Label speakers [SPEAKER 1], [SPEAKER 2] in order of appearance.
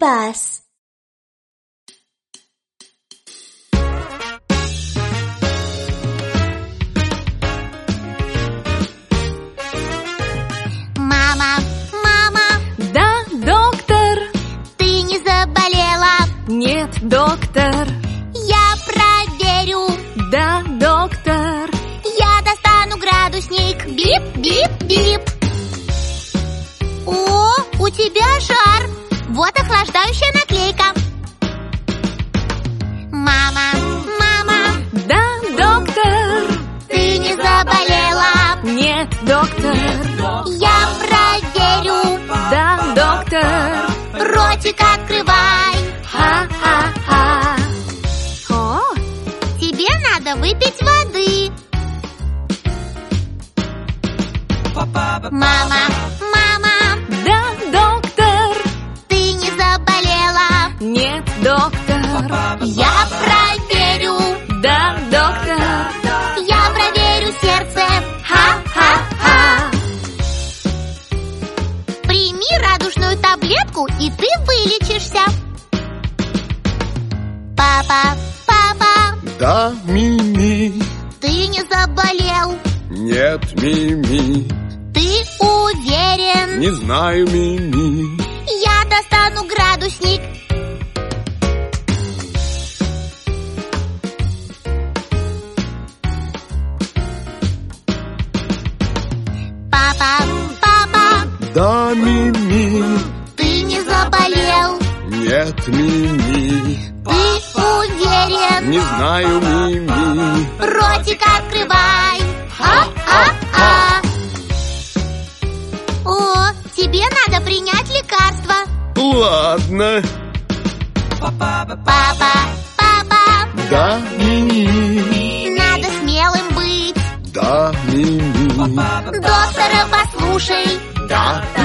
[SPEAKER 1] bus.
[SPEAKER 2] Мама, мама,
[SPEAKER 3] Да, доктор.
[SPEAKER 2] ты не заболела?
[SPEAKER 3] Нет, доктор.
[SPEAKER 2] Я проверю.
[SPEAKER 3] Да, доктор.
[SPEAKER 2] Я достану градусник. Бип, бип, бип. О, у тебя жар. Вот охлаждающая наклейка. Мама, мама,
[SPEAKER 3] Да, доктор.
[SPEAKER 2] ты не заболела?
[SPEAKER 3] Нет, доктор.
[SPEAKER 2] Я проверю.
[SPEAKER 3] Да, доктор.
[SPEAKER 2] Ротик открывай.
[SPEAKER 3] Ха-ха-ха. О,
[SPEAKER 2] Тебе надо выпить воды. Мама, мама,
[SPEAKER 3] да, доктор.
[SPEAKER 2] ты не заболела?
[SPEAKER 3] Нет, доктор.
[SPEAKER 2] Я проверю.
[SPEAKER 3] Да, доктор.
[SPEAKER 2] Я проверю сердце.
[SPEAKER 3] Ха-ха-ха.
[SPEAKER 2] Прими радужную таблетку, и ты вылечишься. Папа, папа,
[SPEAKER 4] Да, Мими,
[SPEAKER 2] ты не заболел.
[SPEAKER 4] нет, Мими,
[SPEAKER 2] Ты уверен.
[SPEAKER 4] не знаю, Мими.
[SPEAKER 2] Я достану градусник. Папа, папа,
[SPEAKER 4] Да, Мими,
[SPEAKER 2] ты не заболел.
[SPEAKER 4] нет, Мими,
[SPEAKER 2] Ты уверен?
[SPEAKER 4] не знаю, Мими.
[SPEAKER 2] Ротик открывай! А-а-а! О, тебе надо принять лекарство!
[SPEAKER 4] Ладно,
[SPEAKER 2] Папа, папа,
[SPEAKER 4] да, Мими,
[SPEAKER 2] надо смелым быть!
[SPEAKER 4] да, Мими,
[SPEAKER 2] Доктора послушай!
[SPEAKER 4] да,